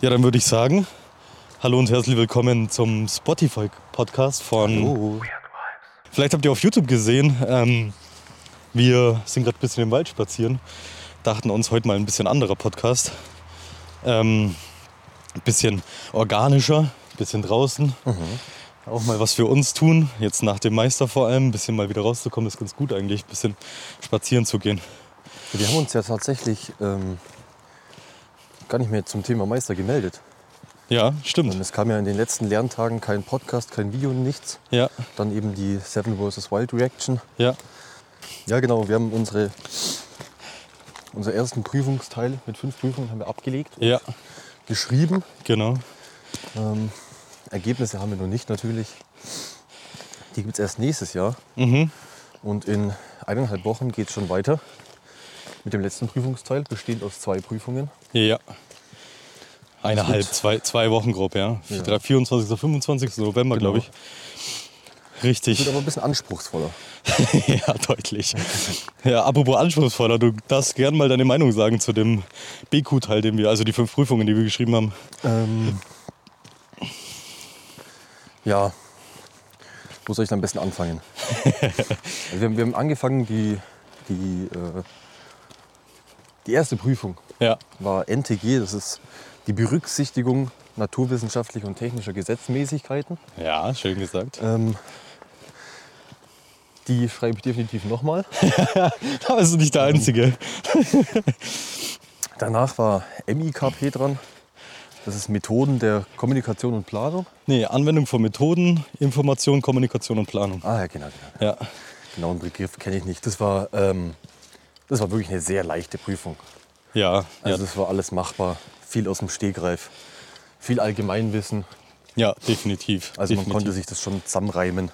Ja, dann würde ich sagen, hallo und herzlich willkommen zum Spotify-Podcast von... Oh, Vielleicht habt ihr auf YouTube gesehen, ähm, wir sind gerade ein bisschen im Wald spazieren, dachten uns heute mal ein bisschen anderer Podcast. Ähm, ein bisschen organischer, ein bisschen draußen. Auch mal was für uns tun, jetzt nach dem Meister vor allem, ein bisschen mal wieder rauszukommen, ist ganz gut eigentlich, ein bisschen spazieren zu gehen. Wir haben uns ja tatsächlich ähm, gar nicht mehr zum Thema Meister gemeldet. Ja, Und stimmt. es kam ja in den letzten Lerntagen kein Podcast, kein Video, nichts. Ja, Dann eben die Seven vs. Wild Reaction. ja, Ja genau, wir haben unsere, unseren ersten Prüfungsteil mit fünf Prüfungen haben wir abgelegt, ja, geschrieben. genau. Ähm, Ergebnisse haben wir noch nicht natürlich. Die gibt es erst nächstes Jahr. Mhm. Und in eineinhalb Wochen geht es schon weiter mit dem letzten Prüfungsteil, bestehend aus zwei Prüfungen. Ja. Eineinhalb, wird- zwei, zwei Wochen grob, ja. Ja. Drei- 24. 25. November, Genau. glaube ich. Richtig. Wird aber ein bisschen anspruchsvoller. ja, deutlich. Ja, apropos anspruchsvoller, du darfst gern mal deine Meinung sagen zu dem BQ-Teil, den wir, also die fünf Prüfungen, die wir geschrieben haben. Ähm, ja, wo soll ich dann am besten anfangen? also wir, haben- wir haben angefangen, die, die, äh, die erste Prüfung Ja, war NTG, das ist die Berücksichtigung naturwissenschaftlicher und technischer Gesetzmäßigkeiten. ja, schön gesagt. Ähm, die schreibe ich definitiv nochmal. Da bist du nicht der Einzige. Danach war MIKP dran. Das ist Methoden der Kommunikation und Planung. Nee, Anwendung von Methoden, Information, Kommunikation und Planung. Ah, ja, genau, genau. Ja, genauen Begriff kenne ich nicht. Das war, ähm, das war wirklich eine sehr leichte Prüfung. ja, ja, Also das war alles machbar, viel aus dem Stegreif, viel Allgemeinwissen. ja, definitiv. Also man definitiv. konnte sich das schon zusammenreimen.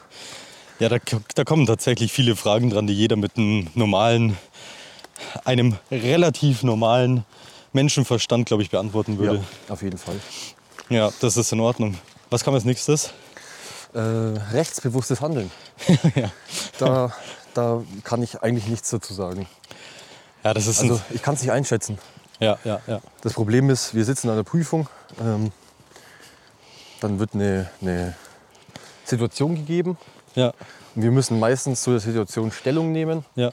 Ja, da, da kommen tatsächlich viele Fragen dran, die jeder mit einem normalen, einem relativ normalen Menschenverstand, glaube ich, beantworten würde. auf jeden Fall. Ja. das ist in Ordnung. Was kam als nächstes? Äh, rechtsbewusstes Handeln. ja. Da, da kann ich eigentlich nichts dazu sagen. ja, das ist Also ein, ich kann es nicht einschätzen. ja, ja, ja, Das Problem ist, wir sitzen an der Prüfung, ähm, dann wird eine, eine Situation gegeben. ja, Wir müssen meistens zu der Situation Stellung nehmen. ja,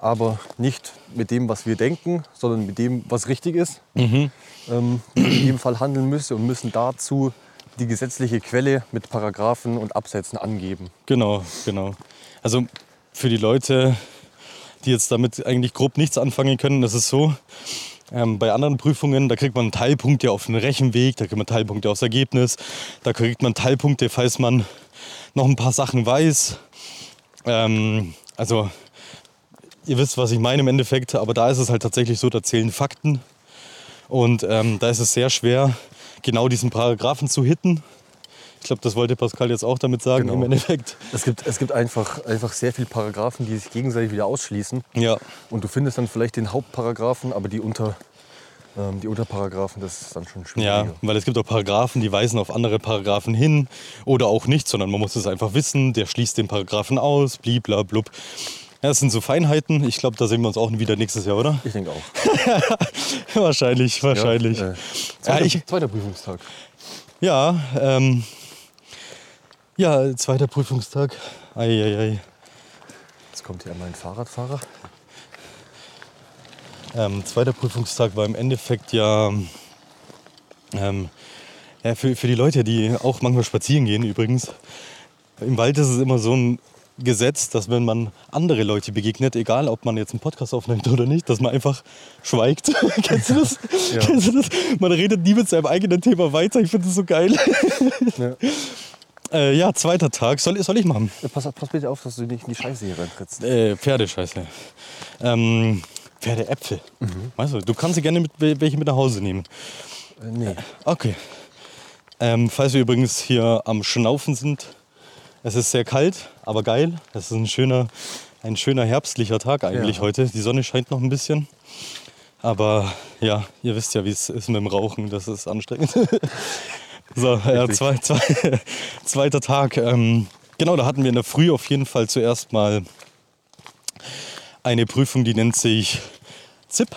aber nicht mit dem, was wir denken, sondern mit dem, was richtig ist. Mhm. Ähm, wir in jedem Fall handeln müssen und müssen dazu die gesetzliche Quelle mit Paragraphen und Absätzen angeben. genau, genau. Also für die Leute, die jetzt damit eigentlich grob nichts anfangen können, das ist so. Ähm, bei anderen Prüfungen, da kriegt man Teilpunkte auf den Rechenweg, da kriegt man Teilpunkte aufs Ergebnis, da kriegt man Teilpunkte, falls man noch ein paar Sachen weiß. Ähm, also, ihr wisst, was ich meine im Endeffekt, aber da ist es halt tatsächlich so, da zählen Fakten. Und ähm, da ist es sehr schwer, genau diesen Paragraphen zu hitten. Ich glaube, das wollte Pascal jetzt auch damit sagen Genau. im Endeffekt. Es gibt, es gibt einfach, einfach sehr viele Paragraphen, die sich gegenseitig wieder ausschließen. Ja, Und du findest dann vielleicht den Hauptparagraphen, aber die, Unter, ähm, die Unterparagraphen, das ist dann schon schwieriger. Ja, weil es gibt auch Paragraphen, die weisen auf andere Paragraphen hin oder auch nicht, sondern man muss es einfach wissen, der schließt den Paragraphen aus, blibla blub. Ja, das sind so Feinheiten. Ich glaube, da sehen wir uns auch wieder nächstes Jahr, oder? Ich denke auch. wahrscheinlich, wahrscheinlich. Ja, Ja, äh, zweiter, ich, zweiter Prüfungstag. ja, ähm, ja zweiter Prüfungstag. Eieiei. Jetzt kommt hier einmal ein Fahrradfahrer. Ähm, zweiter Prüfungstag war im Endeffekt ja, ähm, ja für, für die Leute, die auch manchmal spazieren gehen übrigens. Im Wald ist es immer so ein Gesetz, dass wenn man andere Leute begegnet, egal ob man jetzt einen Podcast aufnimmt oder nicht, dass man einfach schweigt. Kennst du das? Ja. Kennst du das? Man redet nie mit seinem eigenen Thema weiter. Ich finde das so geil. Ja. Äh, ja, zweiter Tag. Soll, soll ich machen? Äh, Pass, pass bitte auf, dass du nicht in die Scheiße hier reintrittst. Äh, Pferdescheiße. Ähm, Pferdeäpfel. Weißt du, du kannst sie gerne mit, welche mit nach Hause nehmen. Äh, nee. Okay. Ähm, falls wir übrigens hier am Schnaufen sind, es ist sehr kalt, aber geil. Es ist ein schöner, ein schöner herbstlicher Tag eigentlich Ja. heute. Die Sonne scheint noch ein bisschen. Aber ja, ihr wisst ja, wie es ist mit dem Rauchen, das ist anstrengend. so, ja, zwei, zwei, zweiter Tag. Ähm, genau, da hatten wir in der Früh auf jeden Fall zuerst mal eine Prüfung, die nennt sich ZIP.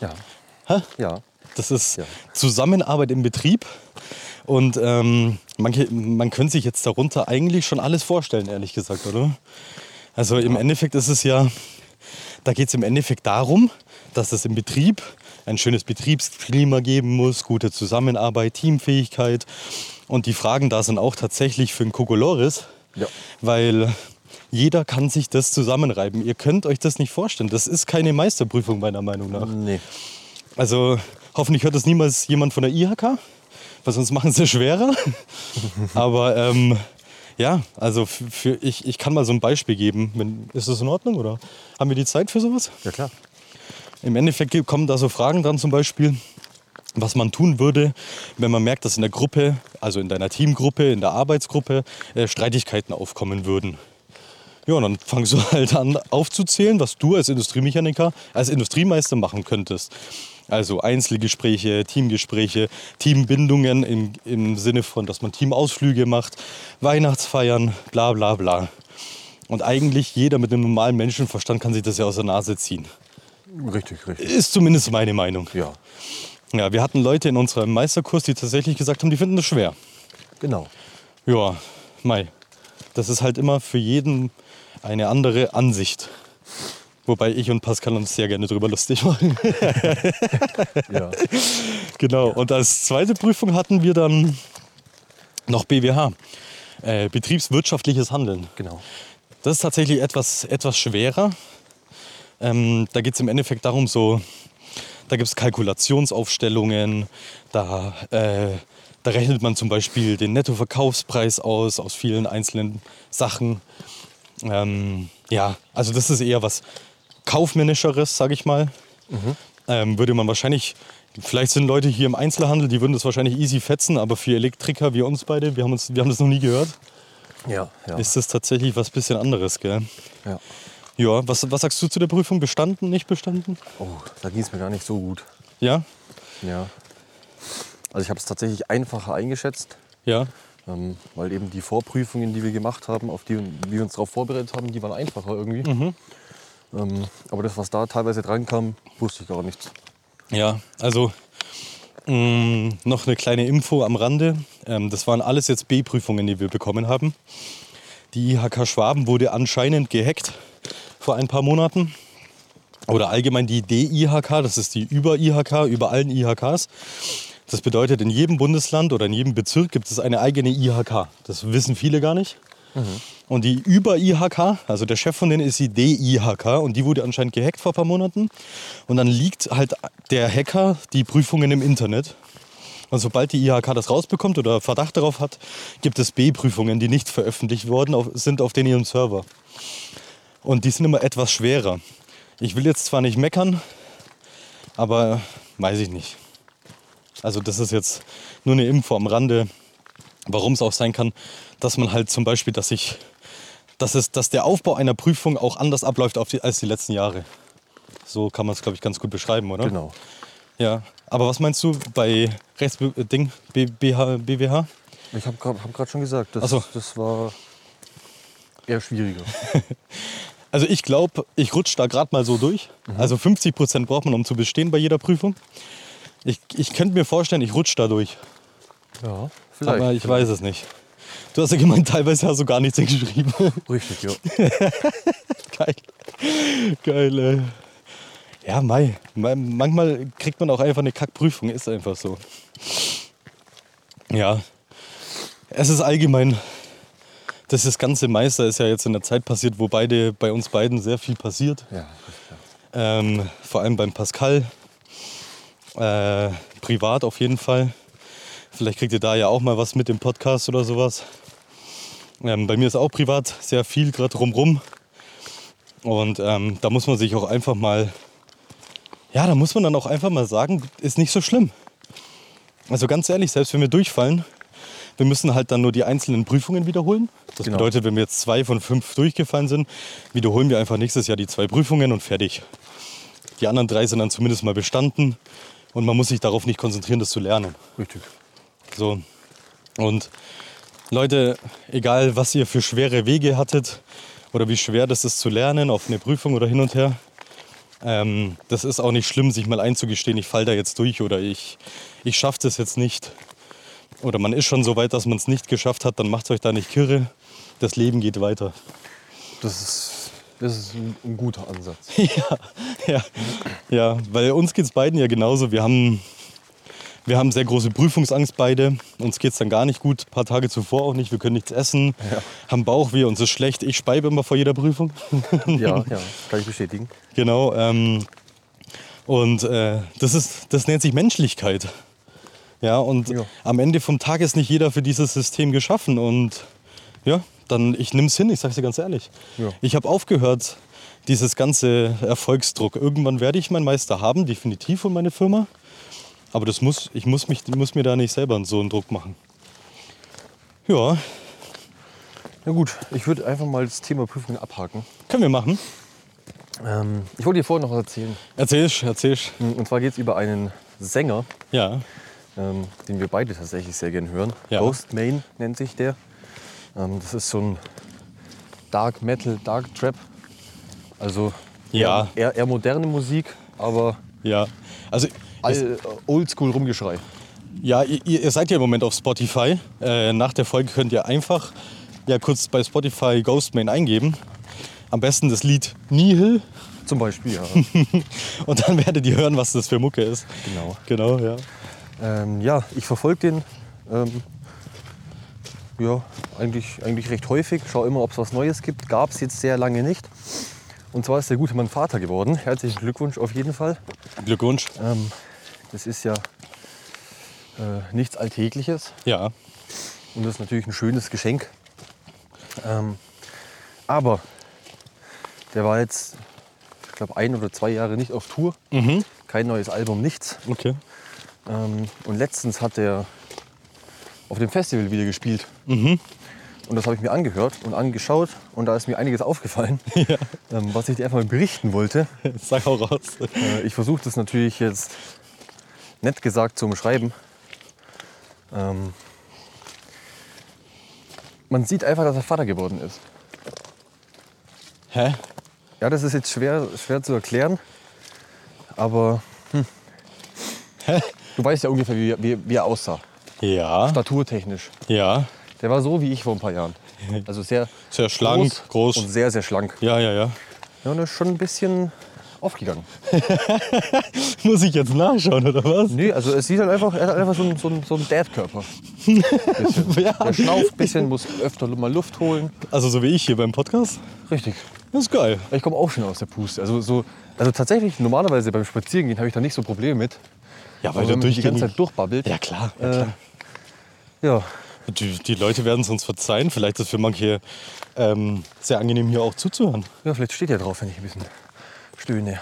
Ja. Hä? Ja. Das ist Ja. Zusammenarbeit im Betrieb. Und ähm, manche, man könnte sich jetzt darunter eigentlich schon alles vorstellen, ehrlich gesagt, oder? Also im Endeffekt ist es ja, da geht es im Endeffekt darum, dass es im Betrieb ein schönes Betriebsklima geben muss, gute Zusammenarbeit, Teamfähigkeit. Und die Fragen da sind auch tatsächlich für den Kokolores, Ja. weil jeder kann sich das zusammenreiben. Ihr könnt euch das nicht vorstellen. Das ist keine Meisterprüfung meiner Meinung nach. Nee. Also hoffentlich hört das niemals jemand von der IHK, weil sonst machen sie schwerer. Aber ähm, ja, also f- für, ich, ich kann mal so ein Beispiel geben. Wenn, ist das in Ordnung oder haben wir die Zeit für sowas? Ja klar. Im Endeffekt kommen da so Fragen dran zum Beispiel, was man tun würde, wenn man merkt, dass in der Gruppe, also in deiner Teamgruppe, in der Arbeitsgruppe äh, Streitigkeiten aufkommen würden. Ja, und dann fangst du halt an aufzuzählen, was du als Industriemechaniker, als Industriemeister machen könntest. Also Einzelgespräche, Teamgespräche, Teambindungen im, im Sinne von, dass man Teamausflüge macht, Weihnachtsfeiern, bla bla bla. Und eigentlich jeder mit einem normalen Menschenverstand kann sich das ja aus der Nase ziehen. Richtig, richtig. Ist zumindest meine Meinung. Ja, Ja, wir hatten Leute in unserem Meisterkurs, die tatsächlich gesagt haben, die finden das schwer. genau. Ja, Mai. Das ist halt immer für jeden eine andere Ansicht. Wobei ich und Pascal uns sehr gerne drüber lustig machen. Ja. genau. Und als zweite Prüfung hatten wir dann noch BWH. Äh, betriebswirtschaftliches Handeln. genau. Das ist tatsächlich etwas, etwas schwerer. Ähm, da geht es im Endeffekt darum, so, da gibt es Kalkulationsaufstellungen, da, äh, da rechnet man zum Beispiel den Nettoverkaufspreis aus, aus vielen einzelnen Sachen. Ähm, ja, also das ist eher was kaufmännischeres, sage ich mal. Ähm, würde man wahrscheinlich, vielleicht sind Leute hier im Einzelhandel, die würden das wahrscheinlich easy fetzen, aber für Elektriker wie uns beide, wir haben, uns, wir haben das noch nie gehört, Ja, ja. ist das tatsächlich was bisschen anderes, gell? ja. Ja, was, was sagst du zu der Prüfung? Bestanden, nicht bestanden? Oh, da ging es mir gar nicht so gut. Ja? Ja. Also ich habe es tatsächlich einfacher eingeschätzt, Ja. ähm, weil eben die Vorprüfungen, die wir gemacht haben, auf die wir uns darauf vorbereitet haben, die waren einfacher irgendwie. Ähm, aber das, was da teilweise drankam, wusste ich gar nichts. Ja, also mh, noch eine kleine Info am Rande. Ähm, das waren alles jetzt B-Prüfungen, die wir bekommen haben. Die IHK Schwaben wurde anscheinend gehackt vor ein paar Monaten. Oder allgemein die DIHK, das ist die Über-IHK, über allen IHKs. Das bedeutet, in jedem Bundesland oder in jedem Bezirk gibt es eine eigene IHK. Das wissen viele gar nicht. Und die Über-IHK, also der Chef von denen ist die DIHK und die wurde anscheinend gehackt vor ein paar Monaten. Und dann liegt halt der Hacker die Prüfungen im Internet. Und sobald die IHK das rausbekommt oder Verdacht darauf hat, gibt es B-Prüfungen, die nicht veröffentlicht worden auf- sind auf den ihrem Server. Und die sind immer etwas schwerer. Ich will jetzt zwar nicht meckern, aber weiß ich nicht. Also das ist jetzt nur eine Info am Rande, warum es auch sein kann, dass man halt zum Beispiel, dass ich, dass, es, dass der Aufbau einer Prüfung auch anders abläuft auf die, als die letzten Jahre. So kann man es, glaube ich, ganz gut beschreiben, oder? Genau. Ja, aber was meinst du bei Rechts äh, Ding B, BH, BWH? Ich habe gerade hab grad schon gesagt, Ach das, so. das war eher schwieriger. Also ich glaube, ich rutsche da gerade mal so durch. Also 50 Prozent braucht man, um zu bestehen bei jeder Prüfung. Ich, ich könnte mir vorstellen, ich rutsche da durch. Ja, aber ich weiß es nicht. Du hast ja gemeint, teilweise hast du gar nichts geschrieben. Richtig, ja. Geil. Geil, ey. Ja, Mai. Ma- Manchmal kriegt man auch einfach eine Kackprüfung, ist einfach so. Ja. Es ist allgemein. dass Das ganze Meister ist ja jetzt in der Zeit passiert, wo beide, bei uns beiden sehr viel passiert. ja. Ähm, vor allem beim Pascal. Äh, privat auf jeden Fall. Vielleicht kriegt ihr da ja auch mal was mit im Podcast oder sowas. Ähm, bei mir ist auch privat sehr viel gerade rumrum. Und ähm, da muss man sich auch einfach mal, ja, da muss man dann auch einfach mal sagen, ist nicht so schlimm. Also ganz ehrlich, selbst wenn wir durchfallen, wir müssen halt dann nur die einzelnen Prüfungen wiederholen. Das Genau. bedeutet, wenn wir jetzt zwei von fünf durchgefallen sind, wiederholen wir einfach nächstes Jahr die zwei Prüfungen und fertig. Die anderen drei sind dann zumindest mal bestanden und man muss sich darauf nicht konzentrieren, das zu lernen. Richtig. So. Und Leute, egal was ihr für schwere Wege hattet oder wie schwer das ist zu lernen, auf eine Prüfung oder hin und her, Ähm, das ist auch nicht schlimm, sich mal einzugestehen, ich fall da jetzt durch oder ich, ich schaff das jetzt nicht. Oder man ist schon so weit, dass man es nicht geschafft hat, dann macht euch da nicht kirre. Das Leben geht weiter. Das ist, das ist ein, ein guter Ansatz. ja, ja, ja, weil uns geht's beiden ja genauso. Wir haben, wir haben sehr große Prüfungsangst beide. Uns geht's dann gar nicht gut. Ein paar Tage zuvor auch nicht. Wir können nichts essen, Ja. haben Bauchweh, uns ist schlecht. Ich speibe immer vor jeder Prüfung. Ja, ja, kann ich bestätigen. Genau. Ähm, und äh, das, ist, das nennt sich Menschlichkeit. Ja, und Ja. am Ende vom Tag ist nicht jeder für dieses System geschaffen. Und ja, dann ich nehme es hin, ich sag's dir ganz ehrlich. Ja. Ich habe aufgehört, dieses ganze Erfolgsdruck. Irgendwann werde ich meinen Meister haben, definitiv und meine Firma. Aber das muss, ich muss, mich, muss mir da nicht selber so einen Druck machen. Ja, Na gut, ich würde einfach mal das Thema Prüfungen abhaken. können wir machen. Ähm, ich wollte dir vorher noch was erzählen. Hm, Erzähl's, erzähl's. Und zwar geht es über einen Sänger, Ja, ähm, den wir beide tatsächlich sehr gern hören. Ja. Ghost Main nennt sich der. Ähm, das ist so ein Dark Metal, Dark Trap. Also Ja. eher, eher, eher moderne Musik, aber ja. Also, all, äh, oldschool Rumgeschrei. Ja, ihr, ihr seid ja im Moment auf Spotify. Äh, nach der Folge könnt ihr einfach ja, kurz bei Spotify Ghostman eingeben. Am besten das Lied Nihil. Zum Beispiel, ja. Und dann werdet ihr hören, was das für Mucke ist. Genau. Genau, ja. Ähm, ja, ich verfolge den ähm, ja, eigentlich, eigentlich recht häufig. Schau immer, ob es was Neues gibt. Gab es jetzt sehr lange nicht. Und zwar ist der gute Mann Vater geworden. Herzlichen Glückwunsch auf jeden Fall. Glückwunsch. Ähm, das ist ja äh, nichts Alltägliches Ja. und das ist natürlich ein schönes Geschenk. Ähm, aber der war jetzt, ich glaube, ein oder zwei Jahre nicht auf Tour. Mhm. Kein neues Album, nichts. Okay. Ähm, und letztens hat er auf dem Festival wieder gespielt. Mhm. Und das habe ich mir angehört und angeschaut. Und da ist mir einiges aufgefallen, ähm, was ich dir einfach mal berichten wollte. Sag auch raus. Äh, ich versuche das natürlich jetzt nett gesagt zu umschreiben. Ähm, man sieht einfach, dass er Vater geworden ist. Hä? Ja, das ist jetzt schwer, schwer zu erklären. Aber hm. Hä? du weißt ja ungefähr, wie, wie, wie er aussah. Ja. Staturtechnisch. Ja. Der war so wie ich vor ein paar Jahren. Also sehr, Sehr schlank, groß. und sehr, sehr schlank. Ja, ja, ja. Ja, und er ist schon ein bisschen aufgegangen. Muss ich jetzt nachschauen, oder was? Nee, also es sieht halt einfach, er hat einfach so einen, so einen, so einen Dad-Körper. Ja. Er schnauft ein bisschen, muss öfter mal Luft holen. Also so wie ich hier beim Podcast. Richtig. Das ist geil. Ich komme auch schon aus der Puste. Also, so, also tatsächlich, normalerweise beim Spazierengehen habe ich da nicht so Probleme mit. Ja, Aber wenn man die ganze Zeit durchbabbelt. Ja, klar. Ja, klar. Äh, Ja, Die, die Leute werden es uns verzeihen. Vielleicht ist es für manche ähm, sehr angenehm, hier auch zuzuhören. ja, vielleicht steht ja drauf, wenn ich ein bisschen stöhne.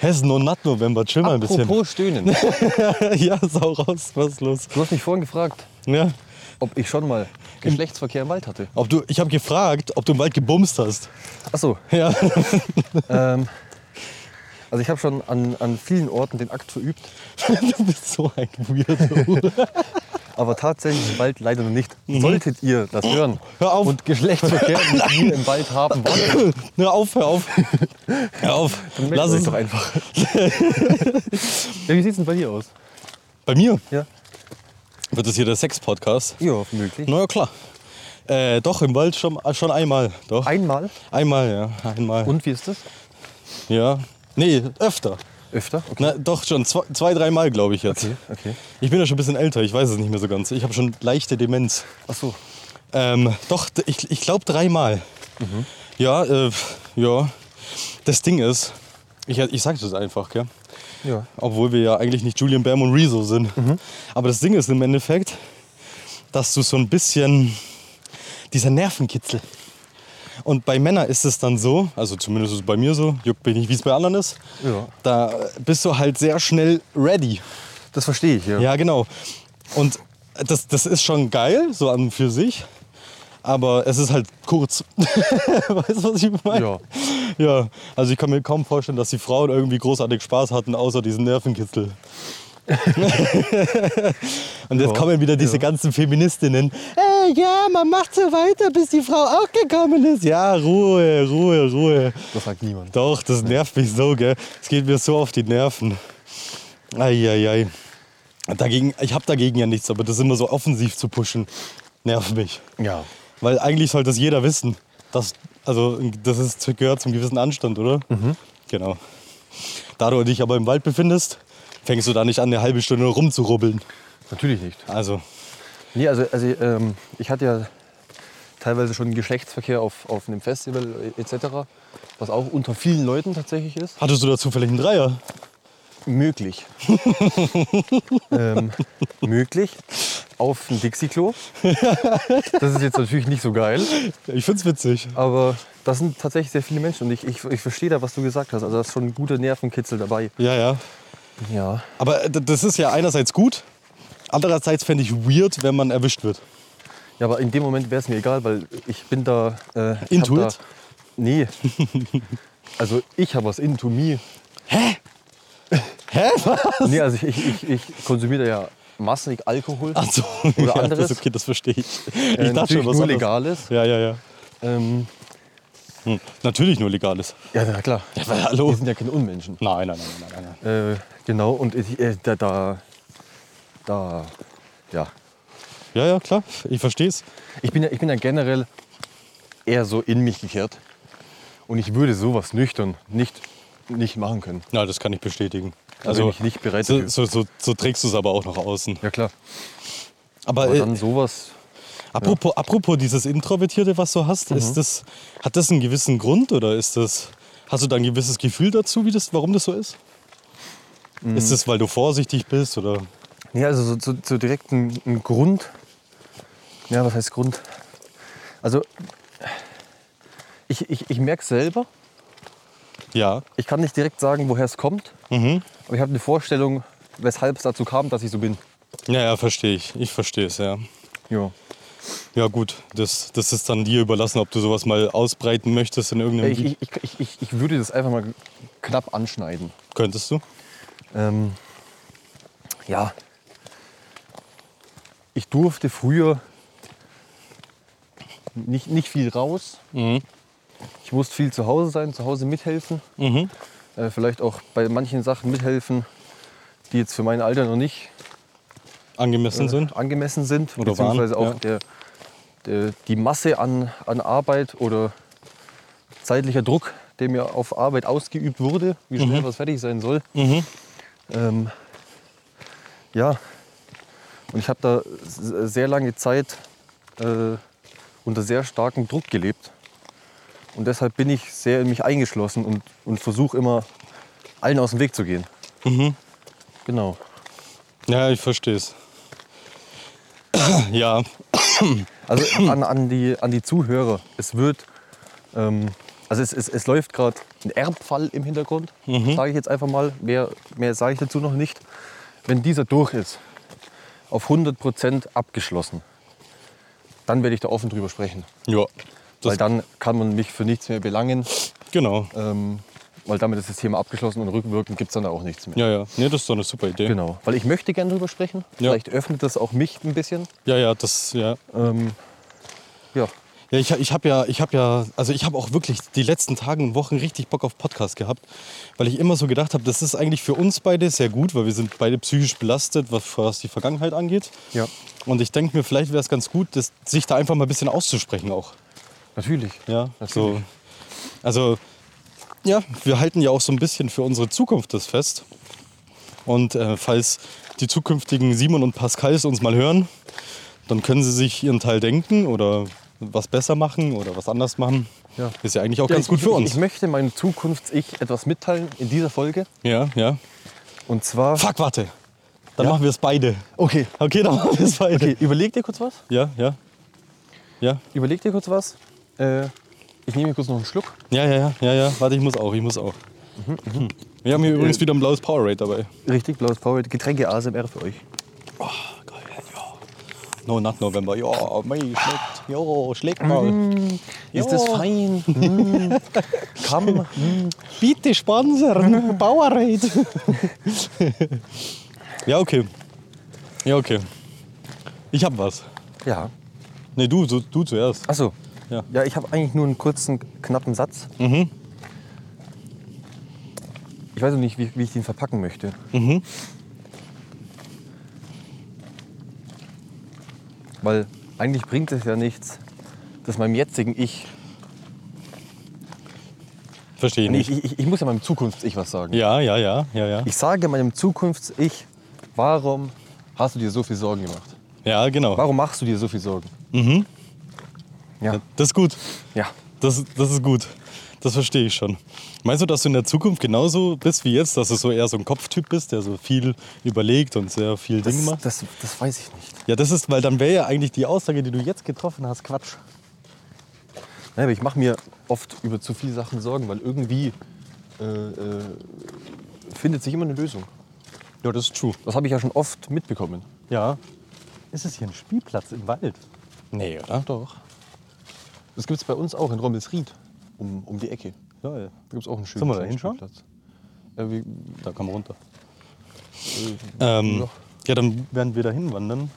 Hessen und Nut November, chill mal ein bisschen. Apropos stöhnen. Du ja, sau raus, was ist los? hast mich vorhin gefragt, Ja. ob ich schon mal Geschlechtsverkehr im Wald hatte. Ob du, ich habe gefragt, ob du im Wald gebumst hast. Ach so, Ja. ähm, also ich habe schon an, an vielen Orten den Akt verübt, du bist so ein Weirdo. aber tatsächlich im Wald leider noch nicht. Solltet ihr das hören Hör auf. und Geschlechtsverkehr mit mir im Wald haben wollt, hör auf, hör auf. Hör auf. dann meldet Lass euch es. doch einfach. ja, wie sieht's denn bei dir aus? Bei mir Ja, wird es hier der Sex-Podcast. ja möglich. Na ja, klar. Äh, doch, im Wald schon, schon einmal. Doch. Einmal. Einmal, ja. Einmal. Und wie ist das? Ja. Nee, öfter. Öfter? Okay. Na, doch schon zwei, zwei dreimal, glaube ich jetzt. Okay, okay. Ich bin ja schon ein bisschen älter, ich weiß es nicht mehr so ganz. Ich habe schon leichte Demenz. Ach so. Ähm, doch, d- ich, ich glaube dreimal. Mhm. Ja, äh, ja. Das Ding ist, ich, ich sage es einfach, gell? Ja. obwohl wir ja eigentlich nicht Julian Bam und Rezo sind. Aber das Ding ist im Endeffekt, dass du so ein bisschen dieser Nervenkitzel. Und bei Männern ist es dann so, also zumindest ist es bei mir so, juckt mich nicht, wie es bei anderen ist. Ja. Da bist du halt sehr schnell ready. Das verstehe ich, ja. Ja, genau. Und das, das ist schon geil, so an und für sich. Aber es ist halt kurz. weißt du, was ich meine? Ja. ja. Also ich kann mir kaum vorstellen, dass die Frauen irgendwie großartig Spaß hatten, außer diesen Nervenkitzel. Und jetzt Ja. kommen wieder diese ganzen Feministinnen. Hey, ja, man macht so weiter, bis die Frau auch gekommen ist. Ja, Ruhe, Ruhe, Ruhe. Das sagt niemand. Doch, das nervt mich so, gell. Es geht mir so auf die Nerven. Eieiei. Dagegen, ich habe dagegen ja nichts, aber das immer so offensiv zu pushen, nervt mich. Ja. Weil eigentlich sollte das jeder wissen. Das, also, das ist, gehört zum gewissen Anstand, oder? Genau. Da du dich aber im Wald befindest, fängst du da nicht an, eine halbe Stunde rumzurubbeln. Natürlich nicht. Also, Nee, also, also ähm, ich hatte ja teilweise schon Geschlechtsverkehr auf, auf einem Festival etc., was auch unter vielen Leuten tatsächlich ist. hattest du da zufällig einen Dreier? Möglich. ähm, möglich. Auf dem Dixie-Klo. Das ist jetzt natürlich nicht so geil, Ich find's witzig. aber das sind tatsächlich sehr viele Menschen und ich, ich, ich verstehe da, was du gesagt hast. Also da ist schon ein guter Nervenkitzel dabei. Ja, ja. Ja. Aber d- das ist ja einerseits gut, andererseits fände ich weird, wenn man erwischt wird. Ja, aber in dem Moment wäre es mir egal, weil ich bin da. Äh, ich hab Into Da, it? nee. Also ich habe was into me. Hä? Nee, also ich, ich, ich, ich konsumiere da ja massig Alkohol. Ach so. Oder Also, ja, anderes. Das, okay, das verstehe ich. Ich äh, dachte schon, natürlich was nur anderes. legales. Ja, ja, ja. Ähm, Hm. Natürlich nur legales. ja, na klar. Ja, weil, hallo. Wir sind ja keine Unmenschen. Nein, nein, nein, nein, nein, nein. Äh, genau, und ich, äh, da, da, da, ja. Ja, ja, klar. Ich verstehe es. Ich bin, ja- ich bin ja generell eher so in mich gekehrt. Und ich würde sowas nüchtern nicht, nicht machen können. Ja, das kann ich bestätigen. Also, Da bin ich nicht bereit so, dafür. so, so, so trägst du es aber auch nach außen. Ja klar. Aber, Aber äh, dann sowas. apropos, apropos dieses Introvertierte, was du hast, Mhm. ist das, hat das einen gewissen Grund oder ist das, hast du da ein gewisses Gefühl dazu, wie das, warum das so ist? Mhm. Ist das, weil du vorsichtig bist oder? Ja, also so, so, so direkt ein, ein Grund. Ja, was heißt Grund? Also ich, ich, ich merke es selber. Ja. Ich kann nicht direkt sagen, woher es kommt. Mhm. Aber ich habe eine Vorstellung, weshalb es dazu kam, dass ich so bin. Ja, ja, verstehe ich. Ich verstehe es, ja. Ja. Ja gut, das, das ist dann dir überlassen, ob du sowas mal ausbreiten möchtest in irgendeinem Ich, ich, ich, ich, ich würde das einfach mal knapp anschneiden. Könntest du? Ähm, ja. Ich durfte früher nicht, nicht viel raus. Mhm. Ich musste viel zu Hause sein, zu Hause mithelfen. Mhm. Äh, vielleicht auch bei manchen Sachen mithelfen, die jetzt für mein Alter noch nicht Angemessen sind? Äh, angemessen sind. Oder waren, beziehungsweise ja. auch der, der, die Masse an, an Arbeit oder zeitlicher Druck, der mir auf Arbeit ausgeübt wurde, wie schnell was fertig sein soll. Mhm. Ähm, ja, und ich habe da s- sehr lange Zeit äh, unter sehr starkem Druck gelebt. Und deshalb bin ich sehr in mich eingeschlossen und, und versuche immer, allen aus dem Weg zu gehen. Mhm. Genau. Ja, ich verstehe es. ja, Also an, an, die, an die Zuhörer. Es wird, ähm, also es, es, es läuft gerade ein Erbfall im Hintergrund, Mhm. sage ich jetzt einfach mal. Mehr, mehr sage ich dazu noch nicht. Wenn dieser durch ist, auf 100% abgeschlossen, dann werde ich da offen drüber sprechen. ja. weil Das, dann kann man mich für nichts mehr belangen, genau. ähm, weil damit ist das Thema abgeschlossen und rückwirkend gibt es dann auch nichts mehr. Ja, ja. Nee, das ist doch eine super Idee. Genau, weil ich möchte gerne drüber sprechen. Ja. Vielleicht öffnet das auch mich ein bisschen. Ja, ja, das, ja. Ähm, ja, Ja, ich, ich habe ja, ich habe ja, also ich habe auch wirklich die letzten Tagen und Wochen richtig Bock auf Podcast gehabt, weil ich immer so gedacht habe, das ist eigentlich für uns beide sehr gut, weil wir sind beide psychisch belastet, was, was die Vergangenheit angeht. Ja. Und ich denke mir, vielleicht wäre es ganz gut, das, sich da einfach mal ein bisschen auszusprechen auch. natürlich. Ja, Natürlich. so. Also, ja, wir halten ja auch so ein bisschen für unsere Zukunft das fest. Und äh, falls die zukünftigen Simon und Pascals uns mal hören, dann können sie sich ihren Teil denken oder was besser machen oder was anders machen. Ja. Ist ja eigentlich auch Ja, ganz ich- gut für ich, uns. Ich möchte meinem Zukunfts-Ich etwas mitteilen in dieser Folge. ja, ja. Und zwar. Fuck, warte. Dann machen wir es beide. Okay. Okay, dann machen wir es beide. okay, überleg dir kurz was. Ja, ja. Ja, Überleg dir kurz was. Äh, ich nehme mir kurz noch einen Schluck. ja, ja, ja, ja, ja. Warte, ich muss auch, ich muss auch. Mhm, Wir haben Äh, hier übrigens wieder ein blaues Powerade dabei. Richtig, blaues Powerade. Getränke ASMR für euch. Oh, geil, ja. No, not November. Ja, mei, schlägt. Ah. Ja, schlägt mal. Mm. Ist das Ja. fein? Mm. Kamm. Mm. Bitte sponsern. Powerade. Ja, okay. Ja, okay. Ich hab was. Ja. Nee, du, so- du zuerst. Achso. Ja. Ja. ja, ich habe eigentlich nur einen kurzen, knappen Satz. Mhm. Ich weiß noch nicht, wie, wie ich den verpacken möchte. Mhm. Weil eigentlich bringt es ja nichts, dass meinem jetzigen Ich. Verstehe ich Nee, nicht. ich, ich, ich muss ja meinem Zukunfts-Ich was sagen. Ja, ja, ja, ja, ja. Ich sage meinem Zukunfts-Ich, warum hast du dir so viel Sorgen gemacht? Ja, genau. Warum machst du dir so viel Sorgen? Mhm. Ja. Das ist gut. Ja. Das, das ist gut. Das verstehe ich schon. Meinst du, dass du in der Zukunft genauso bist wie jetzt, dass du so eher so ein Kopftyp bist, der so viel überlegt und sehr viel Dinge Das, macht? das, das weiß ich nicht. Ja, das ist, weil dann wäre ja eigentlich die Aussage, die du jetzt getroffen hast, Quatsch. Naja, aber ich mache mir oft über zu viele Sachen Sorgen, weil irgendwie äh, äh, findet sich immer eine Lösung. Ja, das ist true. Das habe ich ja schon oft mitbekommen. Ja. Ist es hier ein Spielplatz im Wald? Nee, oder? Doch. Das gibt es bei uns auch in Rommelsried, um, um die Ecke. Geil. Da gibt es auch einen schönen Sollen wir da kleinen hinschauen? Spielplatz. Ja, wie, Da kann man runter. Ähm, ja. ja, dann werden wir da hinwandern.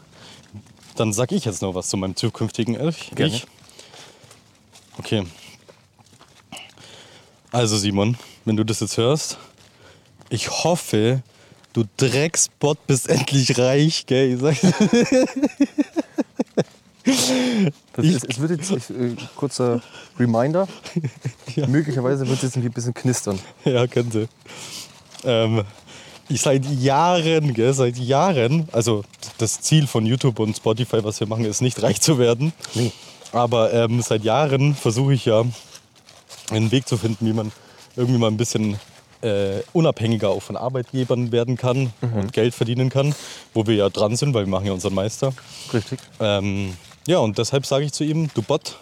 Dann sag ich jetzt noch was zu meinem zukünftigen Ich. Gerne. Ich. Okay. Also Simon, wenn du das jetzt hörst, ich hoffe, du Drecksbot bist endlich reich, gell? Ich sag's das Ich- ist, es wird jetzt, ich, äh, kurzer Reminder, möglicherweise wird es jetzt irgendwie ein bisschen knistern. Ja, könnte. Ähm, ich seit Jahren, gell, seit Jahren, also das Ziel von YouTube und Spotify, was wir machen, ist nicht reich zu werden. Nee. Aber ähm, seit Jahren versuche ich ja, einen Weg zu finden, wie man irgendwie mal ein bisschen äh, unabhängiger auch von Arbeitgebern werden kann und Geld verdienen kann, wo wir ja dran sind, weil wir machen ja unseren Meister. Richtig. Ähm, ja, und deshalb sage ich zu ihm, du Bot,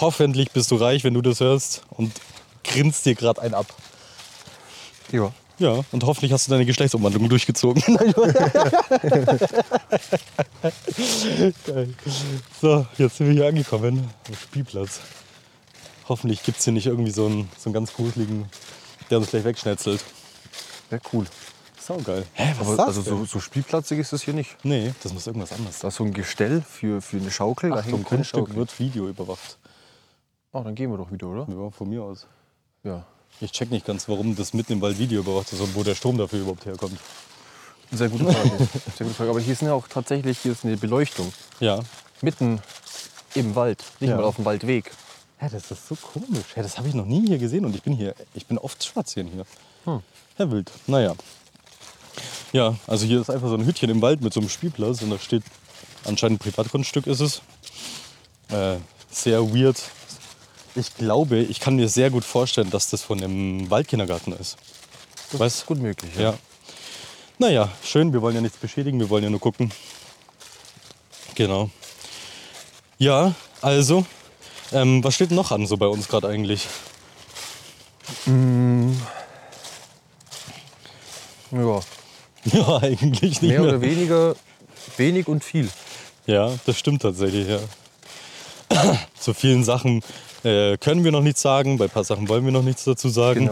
hoffentlich bist du reich, wenn du das hörst und grinst dir gerade einen ab. Ja. Ja, und hoffentlich hast du deine Geschlechtsumwandlung durchgezogen. Geil. so, jetzt sind wir hier angekommen. Am Spielplatz. Hoffentlich gibt es hier nicht irgendwie so einen, so einen ganz gruseligen, der uns gleich wegschnetzelt. Wäre cool. Saugeil. Hä, was Aber sagst also du? so, so spielplatzig ist es hier nicht. Nee, das muss irgendwas anderes sein. Da ist so ein Gestell für, für eine Schaukel. da Achtung, hängt keine Grundstück Schaukel. wird Video überwacht. Oh, dann gehen wir doch wieder, oder? Ja, von mir aus. Ja. Ich check nicht ganz, warum das mitten im Wald Video überwacht ist und wo der Strom dafür überhaupt herkommt. Sehr gute Frage. Sehr gute Frage. Aber hier ist ja auch tatsächlich hier ist eine Beleuchtung. Ja. Mitten im Wald. Nicht Ja. mal auf dem Waldweg. Hä, das ist so komisch. Hä, das habe ich noch nie hier gesehen und ich bin hier, ich bin oft spazieren hier. Herr Wild, naja. Ja, also hier ist einfach so ein Hütchen im Wald mit so einem Spielplatz und da steht anscheinend ein Privatgrundstück ist es. Äh, sehr weird. Ich glaube, ich kann mir sehr gut vorstellen, dass das von einem Waldkindergarten ist. Das Was? ist gut möglich. Ja. Naja, schön, wir wollen ja nichts beschädigen, wir wollen ja nur gucken. Genau. Ja, also, ähm, was steht noch an so bei uns gerade eigentlich? ja. Ja, eigentlich nicht Mehr mehr. oder weniger wenig und viel. Ja, das stimmt tatsächlich, ja. Zu vielen Sachen äh, können wir noch nichts sagen, bei ein paar Sachen wollen wir noch nichts dazu sagen.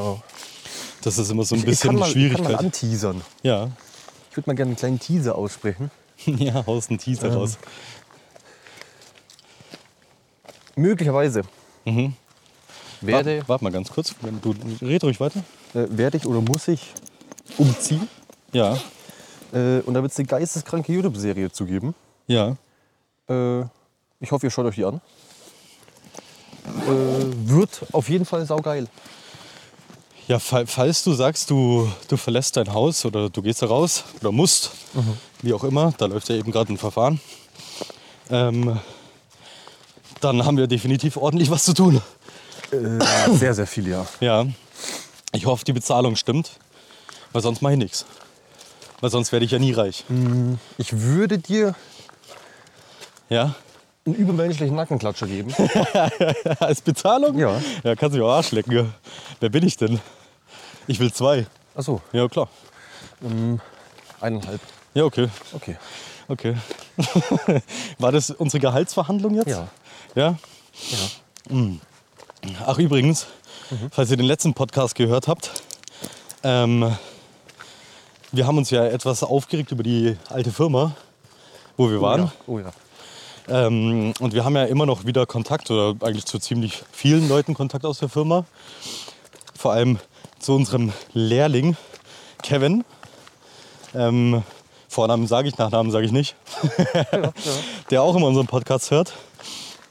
Das ist immer so ein Genau. Ich bisschen kann mal, Ich kann mal Schwierigkeit. anteasern. Ja, Ich würde mal gerne einen kleinen Teaser aussprechen. ja, haust einen Ähm, Teaser raus. Möglicherweise Mhm. werde, Warte, warte mal ganz kurz, wenn du red ruhig weiter. äh, werde ich oder muss ich umziehen. Ja, Äh, und da wird es eine geisteskranke YouTube-Serie zu geben. ja. Äh, ich hoffe, ihr schaut euch die an. Äh, wird auf jeden Fall saugeil. Ja, fa- falls du sagst, du, du verlässt dein Haus oder du gehst da raus oder musst, wie auch immer, da läuft ja eben gerade ein Verfahren, ähm, dann haben wir definitiv ordentlich was zu tun. Äh, sehr, sehr viel, ja. Ja, ich hoffe, die Bezahlung stimmt, weil sonst mache ich nichts. Weil sonst werde ich ja nie reich. Ich würde dir Ja, einen übermenschlichen Nackenklatscher geben. als Bezahlung? Ja. Ja, kannst du mich auch Arsch lecken. ja. Wer bin ich denn? Ich will zwei. Achso, Ja, klar. eineinhalb. Ja, okay. Okay. Okay. War das unsere Gehaltsverhandlung jetzt? Ja. Ja? Hm. Ja. Mhm. Ach, übrigens, falls ihr den letzten Podcast gehört habt, ähm, wir haben uns ja etwas aufgeregt über die alte Firma, wo wir waren. Oh ja. Ähm, und wir haben ja immer noch wieder Kontakt oder eigentlich zu ziemlich vielen Leuten Kontakt aus der Firma. Vor allem zu unserem Lehrling Kevin. Ähm, Vornamen sage ich, Nachnamen sage ich nicht. Der auch immer unseren Podcast hört.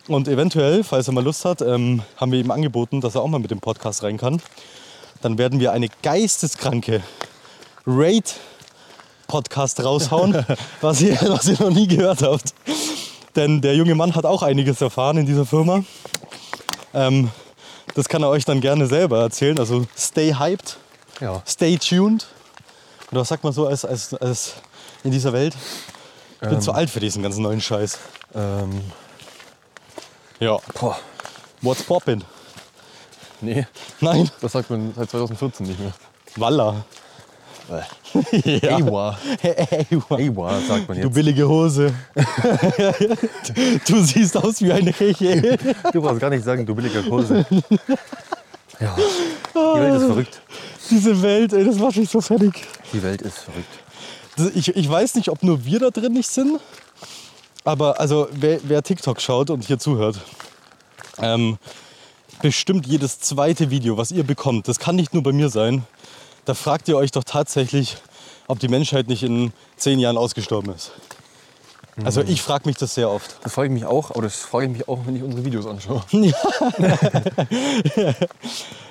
Und eventuell, falls er mal Lust hat, ähm, haben wir ihm angeboten, dass er auch mal mit dem Podcast rein kann. Dann werden wir eine geisteskranke Raid Podcast raushauen, was ihr, was ihr noch nie gehört habt. Denn der junge Mann hat auch einiges erfahren in dieser Firma. Ähm, das kann er euch dann gerne selber erzählen. Also stay hyped, Oh Ja. ja. stay tuned. Oder was sagt man so als, als, als in dieser Welt? Ich bin zu alt für diesen ganzen neuen Scheiß. Ähm, Ja, boah, what's poppin? nee, Nein, das sagt man seit 2014 nicht mehr. Walla. ja. Ewa. Ewa. Ewa sagt man Du jetzt. billige Hose. du siehst aus wie eine Reche. Du, brauchst gar nicht sagen, du billiger Kurse. Ja, die Welt ist verrückt. Diese Welt, ey, das macht mich so fertig. Die Welt ist verrückt. Das- Ich, ich weiß nicht, ob nur wir da drin nicht sind, aber also wer, wer TikTok schaut und hier zuhört, ähm, bestimmt jedes zweite Video, was ihr bekommt, das kann nicht nur bei mir sein, da fragt ihr euch doch tatsächlich, ob die Menschheit nicht in zehn Jahren ausgestorben ist. Also ich frage mich das sehr oft. Das frage ich mich auch, aber das frage ich mich auch, wenn ich unsere Videos anschaue.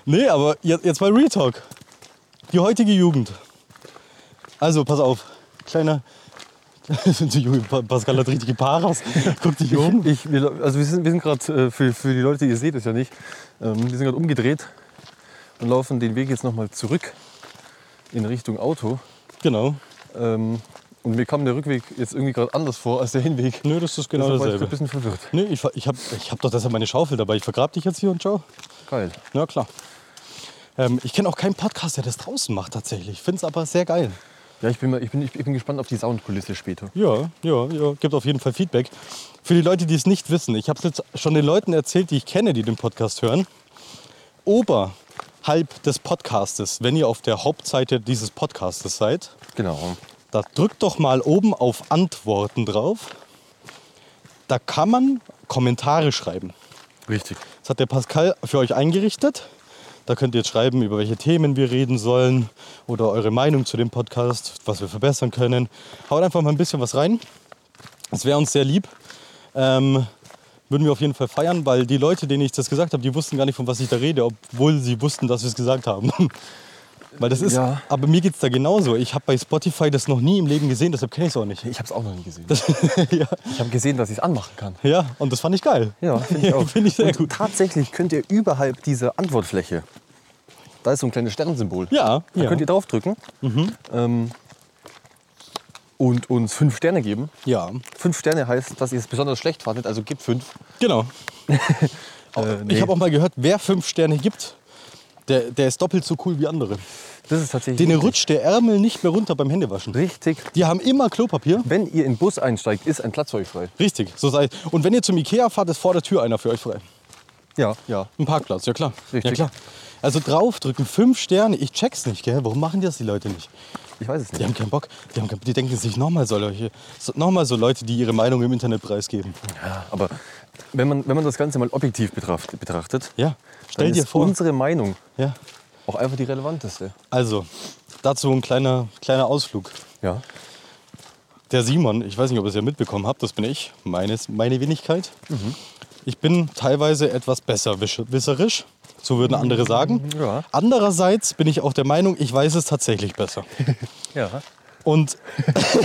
Nee, aber jetzt, jetzt mal Real Talk. Die heutige Jugend. Also, pass auf. Kleiner. Die Junge, Pa- Pascal hat richtige Paras. Guck dich um. Ich, wir, also wir sind, wir sind gerade, äh, für, für die Leute, ihr seht es ja nicht, ähm, wir sind gerade umgedreht und laufen den Weg jetzt nochmal zurück in Richtung Auto. Genau. Ähm, und mir kam der Rückweg jetzt irgendwie gerade anders vor als der Hinweg. Nö, das ist genau Deshalb war ich grad dasselbe. ein bisschen verwirrt. Nee, ich, ver- ich habe ich hab doch deshalb meine Schaufel dabei. Ich vergrab dich jetzt hier und ciao. Geil. Na klar. Ähm, ich kenne auch keinen Podcast, der das draußen macht tatsächlich. Find's aber sehr geil. Ja, ich bin, mal, ich bin, ich bin gespannt auf die Soundkulisse später. Ja, ja, ja. Gibt auf jeden Fall Feedback. Für die Leute, die es nicht wissen, ich habe es jetzt schon den Leuten erzählt, die ich kenne, die den Podcast hören. Oberhalb des Podcastes, wenn ihr auf der Hauptseite dieses Podcastes seid, Genau. da drückt doch mal oben auf Antworten drauf. Da kann man Kommentare schreiben. Richtig. Das hat der Pascal für euch eingerichtet. Da könnt ihr jetzt schreiben, über welche Themen wir reden sollen oder eure Meinung zu dem Podcast, was wir verbessern können. Haut einfach mal ein bisschen was rein. Das wäre uns sehr lieb. Ähm, würden wir auf jeden Fall feiern, weil die Leute, denen ich das gesagt habe, die wussten gar nicht, von was ich da rede, obwohl sie wussten, dass wir es gesagt haben. weil das ist, Ja. aber mir geht es da genauso. Ich habe bei Spotify das noch nie im Leben gesehen, deshalb kenne ich es auch nicht. Ich habe es auch noch nie gesehen. ja. Ich habe gesehen, dass ich es anmachen kann. ja, und das fand ich geil. Ja, finde ich auch. Finde ich sehr Und gut. Tatsächlich könnt ihr überhalb dieser Antwortfläche, da ist so ein kleines Sternsymbol. Ja, Da ja. Mhm. könnt ihr draufdrücken ähm, und uns fünf Sterne geben. ja, Fünf Sterne heißt, dass ihr es besonders schlecht fandet, also gebt fünf. genau. Äh, Ich nee, habe auch mal gehört, wer fünf Sterne gibt, der, der ist doppelt so cool wie andere. das ist tatsächlich Denen rutscht der Ärmel nicht mehr runter beim Händewaschen. richtig. Die haben immer Klopapier. Wenn ihr in den Bus einsteigt, ist ein Platz für euch frei. Richtig, so sei Und wenn ihr zum Ikea fahrt, ist vor der Tür einer für euch frei. Ja, ja. Ein Parkplatz, ja klar. Richtig. Ja, klar. Also draufdrücken, fünf Sterne. Ich check's nicht, gell? Warum machen das die Leute nicht? Ich weiß es Die nicht. haben keinen Bock. Die, haben, keinen- die denken sich nochmal so, Leute- so, nochmal so Leute, die ihre Meinung im Internet preisgeben. Ja, aber wenn man, wenn man das Ganze mal objektiv betracht, betrachtet, Ja, stell dann dir ist vor. unsere Meinung Ja. auch einfach die relevanteste. Also, dazu ein kleiner, kleiner Ausflug. Ja. Der Simon, ich weiß nicht, ob ihr es ja mitbekommen habt, das bin ich, meines, meine Wenigkeit. Ich bin teilweise etwas besserwisserisch, so würden andere sagen. Ja. Andererseits bin ich auch der Meinung, ich weiß es tatsächlich besser. Ja. Und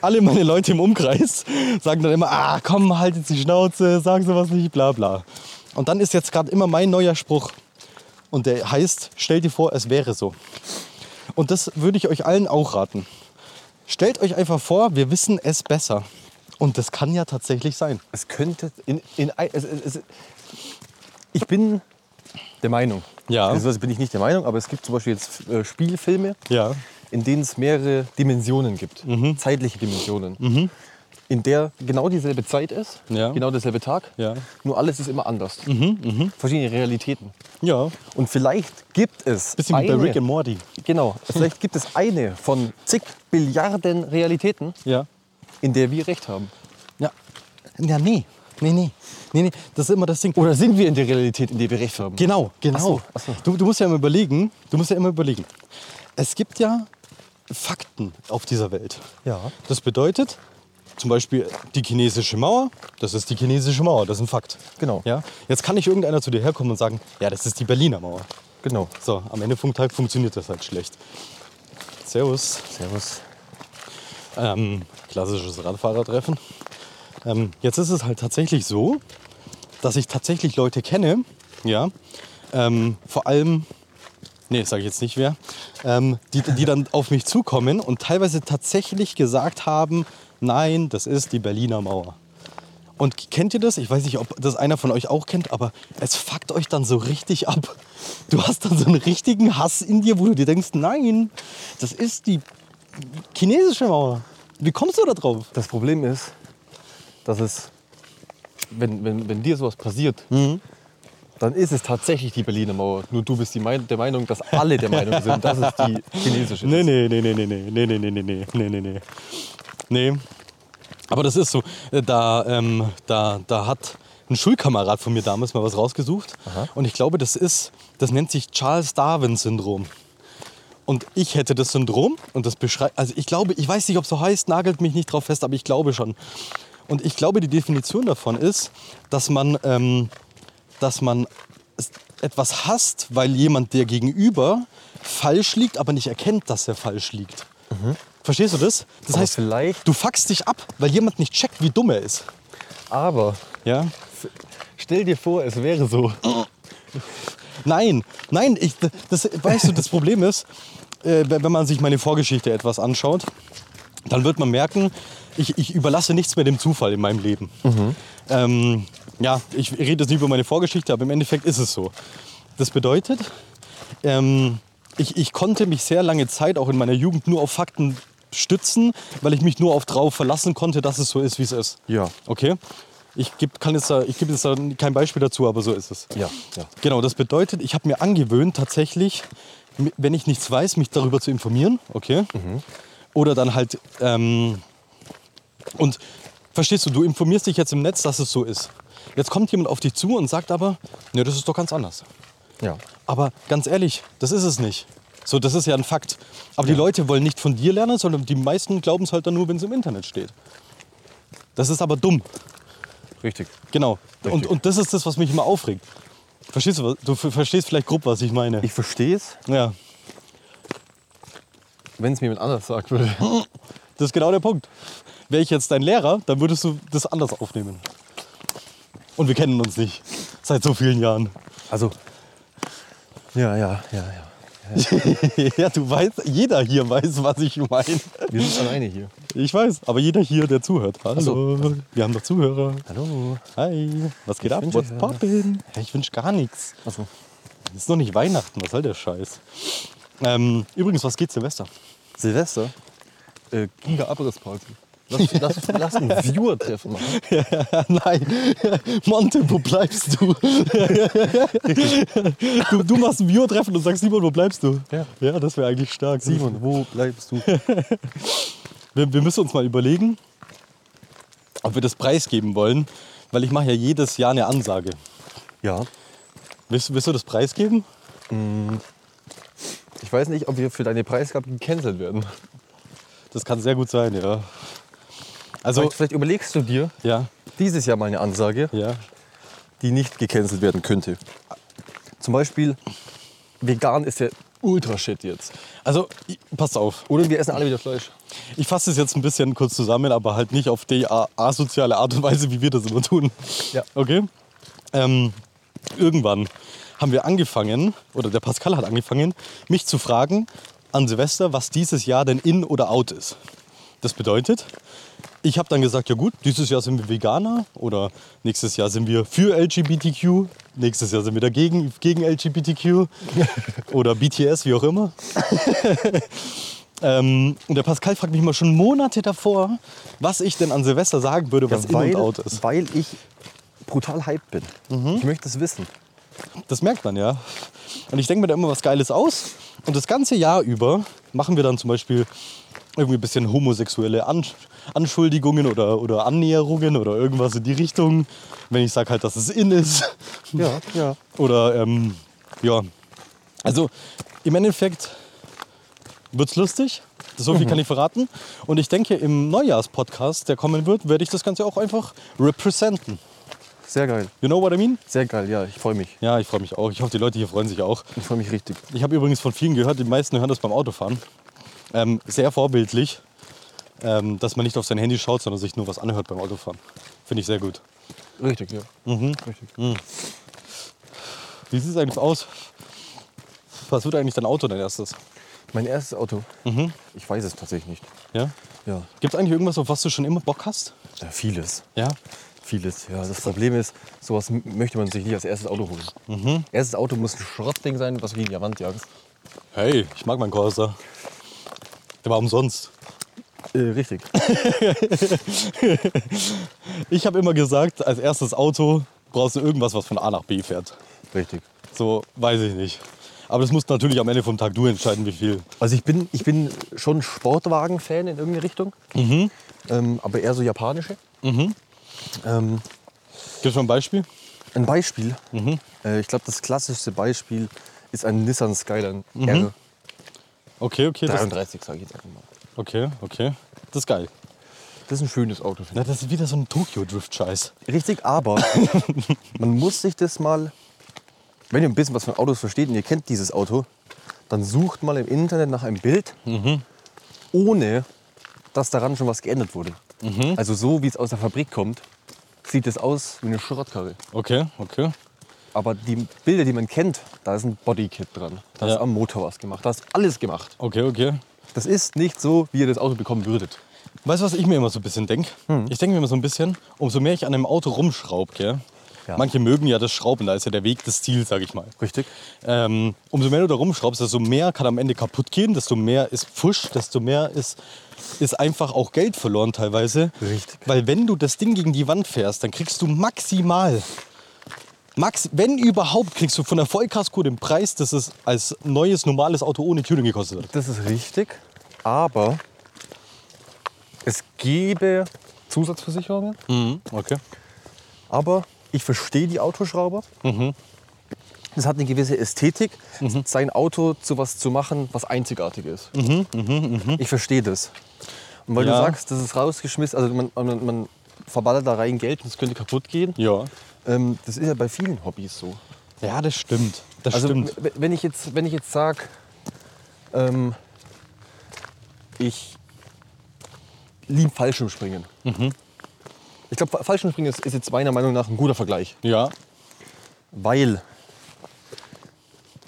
alle meine Leute im Umkreis sagen dann immer, ah komm, halt jetzt die Schnauze, sag sowas nicht, bla bla. Und dann ist jetzt gerade immer mein neuer Spruch. Und der heißt, stell dir vor, es wäre so. Und das würde ich euch allen auch raten. Stellt euch einfach vor, wir wissen es besser. Und das kann ja tatsächlich sein. Es könnte in, in ein- es, es, es, ich bin der Meinung. Ja. Also bin ich nicht der Meinung, aber es gibt zum Beispiel jetzt äh, Spielfilme, Ja. Mhm. in denen es mehrere Dimensionen gibt, zeitliche Dimensionen. in der genau dieselbe Zeit ist, Ja. genau derselbe Tag, Ja. Mhm, nur alles ist immer anders. Verschiedene Realitäten. Ja. Und vielleicht gibt es Bisschen wie bei eine- Rick and Morty. Genau, vielleicht gibt es eine von zig Billiarden Realitäten, Ja. in der wir recht haben. Ja. Ja, nee. Nee, nee. Nee, nee. Das ist immer das Ding. Oder sind wir in der Realität, in der wir recht haben? Genau, genau. Ach so, ach so. Du, du musst ja immer überlegen, du musst ja immer überlegen. Es gibt ja Fakten auf dieser Welt. Ja. Das bedeutet, zum Beispiel die chinesische Mauer, das ist die chinesische Mauer, das ist ein Fakt. Genau. Ja? Jetzt kann nicht irgendeiner zu dir herkommen und sagen, ja, das ist die Berliner Mauer. Genau. So, am Ende vom Tag funktioniert das halt schlecht. Servus. Servus. Ähm, klassisches Radfahrertreffen. Ähm, jetzt ist es halt tatsächlich so, dass ich tatsächlich Leute kenne, ja, ähm, vor allem, nee, sage ich jetzt nicht wer, ähm, die, die dann auf mich zukommen und teilweise tatsächlich gesagt haben, nein, das ist die Berliner Mauer. Und kennt ihr das? Ich weiß nicht, ob das einer von euch auch kennt, aber es fuckt euch dann so richtig ab. Du hast dann so einen richtigen Hass in dir, wo du dir denkst, nein, das ist die chinesische Mauer. Wie kommst du da drauf? Das Problem ist, dass es, wenn, wenn, wenn dir sowas passiert, dann ist es tatsächlich die Berliner Mauer. Nur du bist die Mein der Meinung, dass alle der Meinung sind, dass es die chinesische Nee, ist. nee, nee, nee, nee, nee, nee, nee, nee, nee, nee, nee, nee. Nee. Aber das ist so. Äh, Da, ähm, da, da hat ein Schulkamerad von mir damals mal was rausgesucht. Und ich glaube, das ist, das nennt sich Charles Darwin-Syndrom. Und ich hätte das Syndrom und das beschreibt, also ich glaube, ich weiß nicht, ob es so heißt, nagelt mich nicht drauf fest, aber ich glaube schon. Und ich glaube, die Definition davon ist, dass man, ähm, dass man es- etwas hasst, weil jemand, der gegenüber falsch liegt, aber nicht erkennt, dass er falsch liegt. Verstehst du das? Das Mhm. Aber heißt, vielleicht- du fuckst dich ab, weil jemand nicht checkt, wie dumm er ist. Aber Ja? stell dir vor, es wäre so. Nein, nein, ich, das, weißt du, das Problem ist, äh, wenn wenn man sich meine Vorgeschichte etwas anschaut, dann wird man merken, ich, ich überlasse nichts mehr dem Zufall in meinem Leben. Ähm, ja, ich rede jetzt nicht über meine Vorgeschichte, aber im Endeffekt ist es so. Das bedeutet, ähm, ich, ich konnte mich sehr lange Zeit, auch in meiner Jugend, nur auf Fakten stützen, weil ich mich nur auf drauf verlassen konnte, dass es so ist, wie es ist. Ja. Okay? Ich gebe jetzt, da- ich geb jetzt da kein Beispiel dazu, aber so ist es. Ja, ja. Genau, das bedeutet, ich habe mir angewöhnt, tatsächlich, m- wenn ich nichts weiß, mich darüber zu informieren. Okay. Oder dann halt. Ähm, und verstehst du, du informierst dich jetzt im Netz, dass es so ist. Jetzt kommt jemand auf dich zu und sagt aber, ne, das ist doch ganz anders. Ja. Aber ganz ehrlich, das ist es nicht. So, das ist ja ein Fakt. Aber die Leute wollen nicht von dir lernen, sondern die meisten glauben es halt dann nur, wenn es im Internet steht. Das ist aber dumm. Richtig. Genau. Und, Richtig. und das ist das, was mich immer aufregt. Verstehst du, was- du ver- verstehst vielleicht grob, was ich meine. Ich verstehe es, ja, wenn es mir jemand anders sagt würde. das ist genau der Punkt. Wäre ich jetzt dein Lehrer, dann würdest du das anders aufnehmen. Und wir kennen uns nicht seit so vielen Jahren. Also. Ja, ja, ja, ja. ja, du weißt, jeder hier weiß, was ich meine. Wir sind alleine hier. Ich weiß, aber jeder hier, der zuhört. Hallo, wir haben noch Zuhörer. Hallo. Hi, was geht Also, ab? Ich wünsch What's euch was. poppin'? Ja, ich wünsch gar nichts. Also, Es ist noch nicht Weihnachten, was soll der Scheiß? Ähm, übrigens, was geht Silvester? Silvester? Äh, Giga Abrissparty. Lass, lass, lass ein Viewer-Treffen machen. Nein, Monte, wo bleibst du? du, du machst ein Bio-Treffen und sagst, Simon, wo bleibst du? Ja. ja das wäre eigentlich stark. Simon, wo bleibst du? Wir, wir müssen uns mal überlegen, ob wir das preisgeben wollen, weil ich mache ja jedes Jahr eine Ansage. Ja. Willst, willst du das preisgeben? Ich weiß nicht, ob wir für deine Preisgabe gecancelt werden. Das kann sehr gut sein, ja. Also, Vielleicht, vielleicht überlegst du dir ja, dieses Jahr mal eine Ansage, ja. die nicht gecancelt werden könnte. Zum Beispiel, vegan ist ja ultra shit jetzt. Also, i- pass auf. Oder wir essen alle wieder Fleisch. Ich fasse es jetzt ein bisschen kurz zusammen, aber halt nicht auf die a- asoziale Art und Weise, wie wir das immer tun. Ja. Okay? Ähm, irgendwann haben wir angefangen, oder der Pascal hat angefangen, mich zu fragen an Silvester, was dieses Jahr denn in oder out ist. Das bedeutet, ich habe dann gesagt, ja gut, dieses Jahr sind wir Veganer oder nächstes Jahr sind wir für LGBTQ, nächstes Jahr sind wir dagegen, gegen LGBTQ oder BTS, wie auch immer. Ähm, und der Pascal fragt mich mal schon Monate davor, was ich denn an Silvester sagen würde, was in und out ist. weil ich brutal hyped bin. Ich möchte es wissen. Das merkt man ja. Und ich denke mir da immer was Geiles aus. Und das ganze Jahr über machen wir dann zum Beispiel irgendwie ein bisschen homosexuelle An Anschuldigungen oder, oder Annäherungen oder irgendwas in die Richtung. Wenn ich sage halt, dass es in ist. Ja, ja. Oder ähm, ja. Also im Endeffekt wird's lustig. So viel kann ich verraten. Und ich denke, im Neujahrspodcast, der kommen wird, werde ich das Ganze auch einfach representen. Sehr geil. You know what I mean? Sehr geil, ja. Ich freue mich. Ja, ich freue mich auch. Ich hoffe, die Leute hier freuen sich auch. Ich freue mich richtig. Ich habe übrigens von vielen gehört, die meisten hören das beim Autofahren. Ähm, sehr vorbildlich, ähm, dass man nicht auf sein Handy schaut, sondern sich nur was anhört beim Autofahren. Finde ich sehr gut. Richtig, ja. Richtig. Wie sieht es eigentlich aus? Was wird eigentlich dein Auto dein erstes? Mein erstes Auto. Ich weiß es tatsächlich nicht. Ja? Ja. Gibt es eigentlich irgendwas, auf was du schon immer Bock hast? ja vieles. Ja. Vieles, ja. Das Problem ist, sowas m- möchte man sich nicht als erstes Auto holen. Erstes Auto muss ein Schrottding sein, was du gegen die Wand jagst. Hey, ich mag meinen Corsa. Der war umsonst. Äh, richtig. Ich habe immer gesagt, als erstes Auto brauchst du irgendwas, was von A nach B fährt. richtig. So, weiß ich nicht. Aber das musst natürlich am Ende vom Tag du entscheiden, wie viel. Also ich bin, ich bin schon Sportwagen-Fan in irgendeine Richtung. Ähm, aber eher so japanische. Ähm, Gibt es mal ein Beispiel? ein Beispiel. Äh, ich glaube, das klassischste Beispiel ist ein Nissan Skyline R Okay, okay. Das, 33, sage ich jetzt einfach mal. okay, okay. Das ist geil. Das ist ein schönes Auto. finde Na, das ist wieder so ein Tokyo-Drift-Scheiß. ich. Richtig, aber man muss sich das mal, wenn ihr ein bisschen was von Autos versteht und ihr kennt dieses Auto, dann sucht mal im Internet nach einem Bild, ohne dass daran schon was geändert wurde. Also so, wie es aus der Fabrik kommt, sieht es aus wie eine Schrottkarre. Okay, okay. Aber die Bilder, die man kennt, da ist ein Bodykit dran. Da ist Ja. am Motor was gemacht. Da ist alles gemacht. Okay, okay. Das ist nicht so, wie ihr das Auto bekommen würdet. Weißt du, was ich mir immer so ein bisschen denke? Ich denke mir immer so ein bisschen, umso mehr ich an einem Auto rumschraube, gell? Ja. Manche mögen ja das Schrauben, da ist ja der Weg des Ziels, sag ich mal. Richtig? Ähm, umso mehr du da rumschraubst, desto mehr kann am Ende kaputt gehen, desto mehr ist Pfusch, desto mehr ist, ist einfach auch Geld verloren teilweise. Richtig. Weil wenn du das Ding gegen die Wand fährst, dann kriegst du maximal, max, wenn überhaupt, kriegst du von der Vollkasko den Preis, dass es als neues, normales Auto ohne Tuning gekostet hat. Das ist richtig. Aber es gäbe Zusatzversicherungen. Mhm, Okay. Aber ich verstehe die Autoschrauber. Mhm. Das hat eine gewisse Ästhetik, sein Auto zu was zu machen, was einzigartig ist. Ich verstehe das. Und weil Mhm, Ja. du sagst, das ist rausgeschmissen, also man, man, man verballert da rein Geld und es könnte kaputt gehen. Ja. Ähm, das ist ja bei vielen Hobbys so. Ja, das stimmt. Das also stimmt. w- wenn ich jetzt, wenn ich jetzt sage, ähm, ich liebe Fallschirmspringen. Ich glaube, Fallschirmspringen ist, ist jetzt meiner Meinung nach ein guter Vergleich. Ja. Weil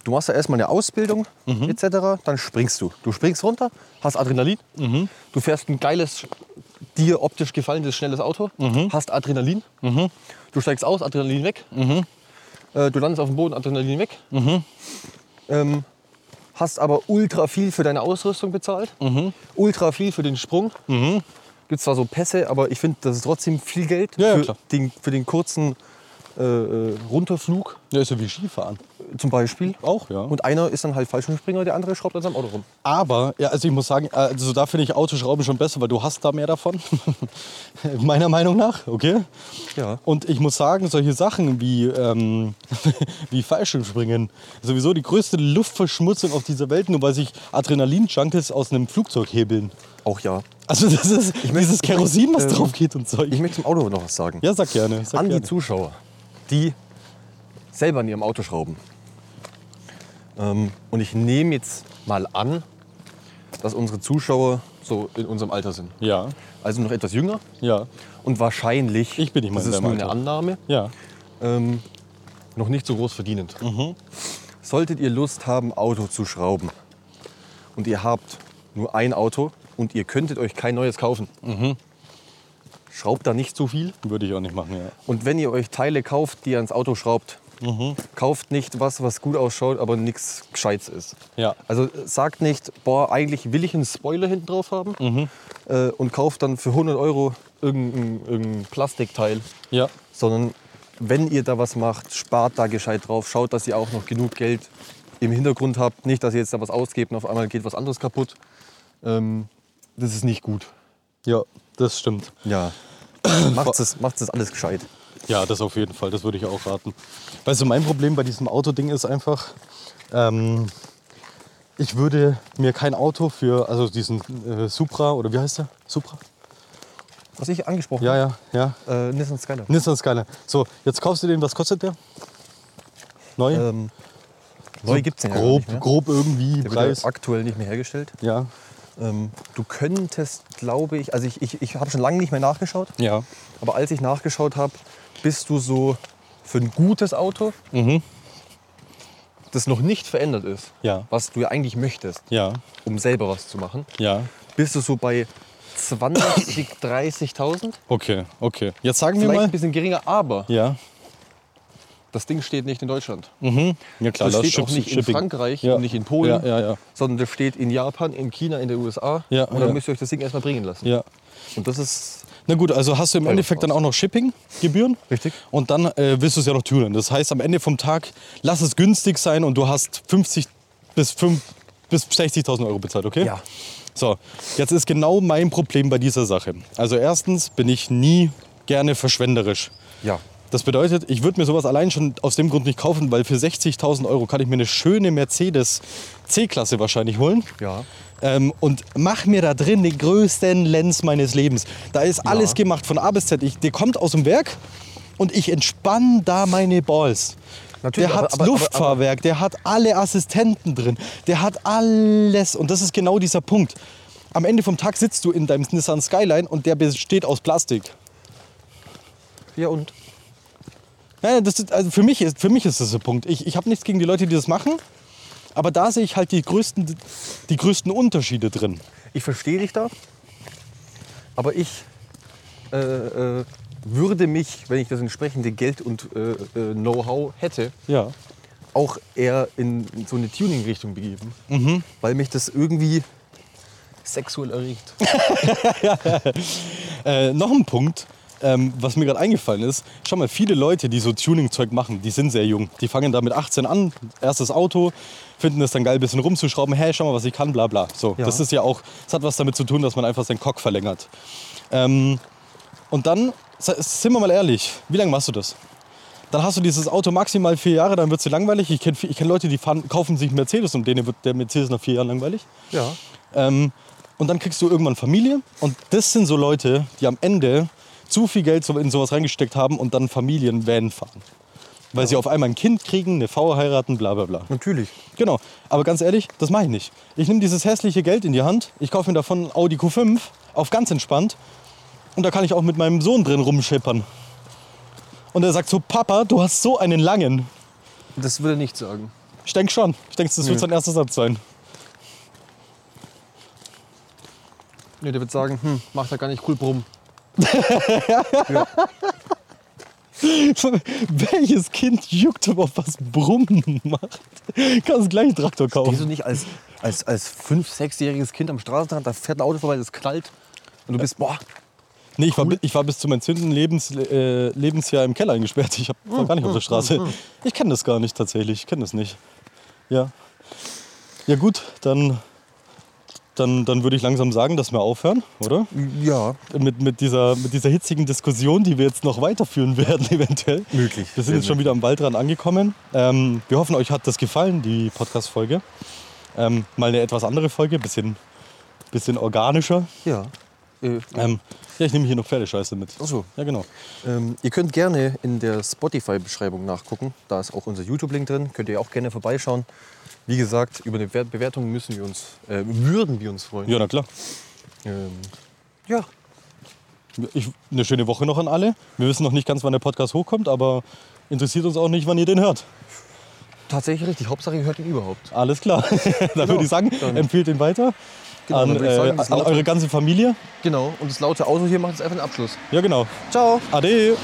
du machst ja erstmal eine Ausbildung Mhm. etc., dann springst du. Du springst runter, hast Adrenalin, Mhm. du fährst ein geiles, dir optisch gefallenes, schnelles Auto, Mhm. hast Adrenalin, du steigst aus, Adrenalin weg, Mhm. äh, du landest auf dem Boden, Adrenalin weg, ähm, hast aber ultra viel für deine Ausrüstung bezahlt, Mhm. ultra viel für den Sprung. Gibt zwar so Pässe, aber ich finde, das ist trotzdem viel Geld Ja, ja, für, klar. den, für den kurzen äh, äh, Runterflug Ja, ist ja wie Skifahren. zum Beispiel. Auch, ja. Und einer ist dann halt Fallschirmspringer, der andere schraubt an seinem Auto rum. Aber, ja, also ich muss sagen, also da finde ich Autoschrauben schon besser, weil du hast da mehr davon. Meiner Meinung nach, okay? Ja. Und ich muss sagen, solche Sachen wie, ähm, wie Fallschirmspringen, sowieso die größte Luftverschmutzung auf dieser Welt, nur weil sich Adrenalin-Junkies aus einem Flugzeug hebeln. Auch ja. Also das ist dieses Kerosin, was ähm, drauf geht und Zeug. Ich möchte zum Auto noch was sagen. ja, sag gerne. Sag an die gerne. Zuschauer, die selber an ihrem Auto schrauben. Ähm, und ich nehme jetzt mal an, dass unsere Zuschauer so in unserem Alter sind. Ja, Also noch etwas jünger. ja, Und wahrscheinlich, Ich bin nicht mal das in ist deinem nur eine Alter. Annahme, ja. ähm, noch nicht so groß verdienend. Solltet ihr Lust haben, Auto zu schrauben und ihr habt nur ein Auto und ihr könntet euch kein neues kaufen, schraubt da nicht so viel. Würde ich auch nicht machen, ja. Und wenn ihr euch Teile kauft, die ihr ans Auto schraubt, Kauft nicht was, was gut ausschaut, aber nichts Gescheites ist. Ja. Also sagt nicht, boah, eigentlich will ich einen Spoiler hinten drauf haben äh, und kauft dann für 100 Euro irgendein, irgendein Plastikteil, Ja. sondern wenn ihr da was macht, spart da gescheit drauf, schaut, dass ihr auch noch genug Geld im Hintergrund habt, nicht, dass ihr jetzt da was ausgebt und auf einmal geht was anderes kaputt. Ähm, das ist nicht gut. Ja, das stimmt. Ja. macht es macht's das alles gescheit. Ja, das auf jeden Fall, das würde ich auch raten. Weißt du, mein Problem bei diesem Autoding ist einfach, ähm, ich würde mir kein Auto für, also diesen äh, Supra, oder wie heißt der? Supra? Was ich angesprochen Ja, ja, ja. habe, äh, Nissan Skyline. Nissan Skyline. So, jetzt kaufst du den, was kostet der? Neu? Ähm, neu gibt's den ja gar grob, nicht mehr. grob irgendwie Der wird Preis. ja aktuell nicht mehr hergestellt. Ja, Ähm, du könntest, glaube ich, also ich, ich, ich habe schon lange nicht mehr nachgeschaut, ja. aber als ich nachgeschaut habe, bist du so für ein gutes Auto, Mhm. das noch nicht verändert ist, Ja. was du ja eigentlich möchtest, Ja, um selber was zu machen, ja. bist du so bei 20, 30.000, Okay, okay. Jetzt sagen wir vielleicht mal. ein bisschen geringer, aber Ja. das Ding steht nicht in Deutschland. Mhm. Ja klar, Das da steht Ship- auch nicht in Shipping. Frankreich ja. und nicht in Polen. Ja, ja, ja. sondern das steht in Japan, in China, in den USA. Ja, und dann ja. müsst ihr euch das Ding erstmal bringen lassen. ja. Und das ist Na gut, also hast du im Endeffekt dann auch noch Shipping-Gebühren. Richtig. Und dann äh, willst du es ja noch türen. Das heißt, am Ende vom Tag lass es günstig sein und du hast 50 bis, fünf- bis 60.000 Euro bezahlt, okay? Ja. So, jetzt ist genau mein Problem bei dieser Sache. Also erstens bin ich nie gerne verschwenderisch. ja Das bedeutet, ich würde mir sowas allein schon aus dem Grund nicht kaufen, weil für 60.000 Euro kann ich mir eine schöne Mercedes C-Klasse wahrscheinlich holen. Ja. Ähm, und mach mir da drin den größten Lens meines Lebens. Da ist alles gemacht von A bis Z. Ich, der kommt aus dem Werk und ich entspanne da meine Balls. Natürlich, der aber- hat aber- aber- Luftfahrwerk, der hat alle Assistenten drin, der hat alles. Und das ist genau dieser Punkt. Am Ende vom Tag sitzt du in deinem Nissan Skyline und der besteht aus Plastik. ja und Ja, das ist, also für, mich ist, für mich ist das der Punkt. Ich, ich habe nichts gegen die Leute, die das machen, aber da sehe ich halt die größten, die größten Unterschiede drin. ich verstehe dich da, aber ich äh, äh, würde mich, wenn ich das entsprechende Geld und äh, äh, Know-how hätte, Ja. auch eher in so eine Tuning-Richtung begeben, weil mich das irgendwie Mhm. sexuell erregt. Äh, noch ein Punkt, ähm, was mir gerade eingefallen ist. Schau mal, viele Leute, die so Tuning-Zeug machen, die sind sehr jung. Die fangen da mit 18 an, erstes Auto, finden es dann geil, ein bisschen rumzuschrauben. Hey, schau mal, was ich kann, bla bla. So, Ja. das ist ja auch, das hat was damit zu tun, dass man einfach seinen Cock verlängert. Ähm, und dann, se- sind wir mal ehrlich, wie lange machst du das? Dann hast du dieses Auto maximal vier Jahre, dann wird dir langweilig. Ich kenne ich kenn Leute, die fahren, kaufen sich einen Mercedes und denen wird der Mercedes nach vier Jahren langweilig. Ja. Ähm, und dann kriegst du irgendwann Familie. Und das sind so Leute, die am Ende zu viel Geld so- in sowas reingesteckt haben und dann Familienvan fahren. Weil sie auf einmal ein Kind kriegen, eine Frau heiraten, bla bla bla. Natürlich. Genau. Aber ganz ehrlich, das mache ich nicht. Ich nehme dieses hässliche Geld in die Hand, ich kaufe mir davon einen Audi Q5 auf ganz entspannt. Und da kann ich auch mit meinem Sohn drin rumschippern. Und er sagt so, Papa, du hast so einen langen. Das würde er nicht sagen. Ich denke schon. Ich denke, das wird sein erster Satz sein. Nee, der wird sagen, hm, macht da gar nicht cool brumm. Welches Kind juckt überhaupt, was Brummen macht? Kannst gleich einen Traktor Wieso kaufen. nicht als, als, als 5-, 6-jähriges Kind am Straßenrand, da fährt ein Auto vorbei, das knallt. Und du bist, boah, Nee, ich war, bi- ich war bis zu meinem zehnten Lebens, äh, Lebensjahr im Keller eingesperrt. Ich hab, war gar nicht auf der Straße. Ich kenne das gar nicht tatsächlich. Ich kenne das nicht. Ja. Ja gut, dann, dann, dann würde ich langsam sagen, dass wir aufhören, oder? ja, Mit, mit, dieser, mit dieser hitzigen Diskussion, die wir jetzt noch weiterführen werden, eventuell. Möglich. Wir sind jetzt schon wieder am Waldrand angekommen. Ähm, wir hoffen, euch hat das gefallen, die Podcast-Folge. Ähm, mal eine etwas andere Folge, bisschen, bisschen organischer. ja. Äh, Ähm, ja, ich nehme hier noch Pferdescheiße mit. Ach so. Ja, genau. ähm, ihr könnt gerne in der Spotify-Beschreibung nachgucken. Da ist auch unser YouTube-Link drin. Könnt ihr auch gerne vorbeischauen. Wie gesagt, über eine Be- Bewertung müssen wir uns, äh, würden wir uns freuen. Ja, na klar. Ähm, ja. Ich, eine schöne Woche noch an alle. Wir wissen noch nicht ganz, wann der Podcast hochkommt, aber interessiert uns auch nicht, wann ihr den hört. tatsächlich richtig. Hauptsache, ihr hört ihn überhaupt. Alles klar. dann würde ich sagen, empfehlt den weiter Genau, dann an, würde ich sagen, äh, das an laute- eure ganze Familie. Genau. Und das laute Auto hier macht jetzt einfach einen Abschluss. Ja, genau. Ciao. Ade.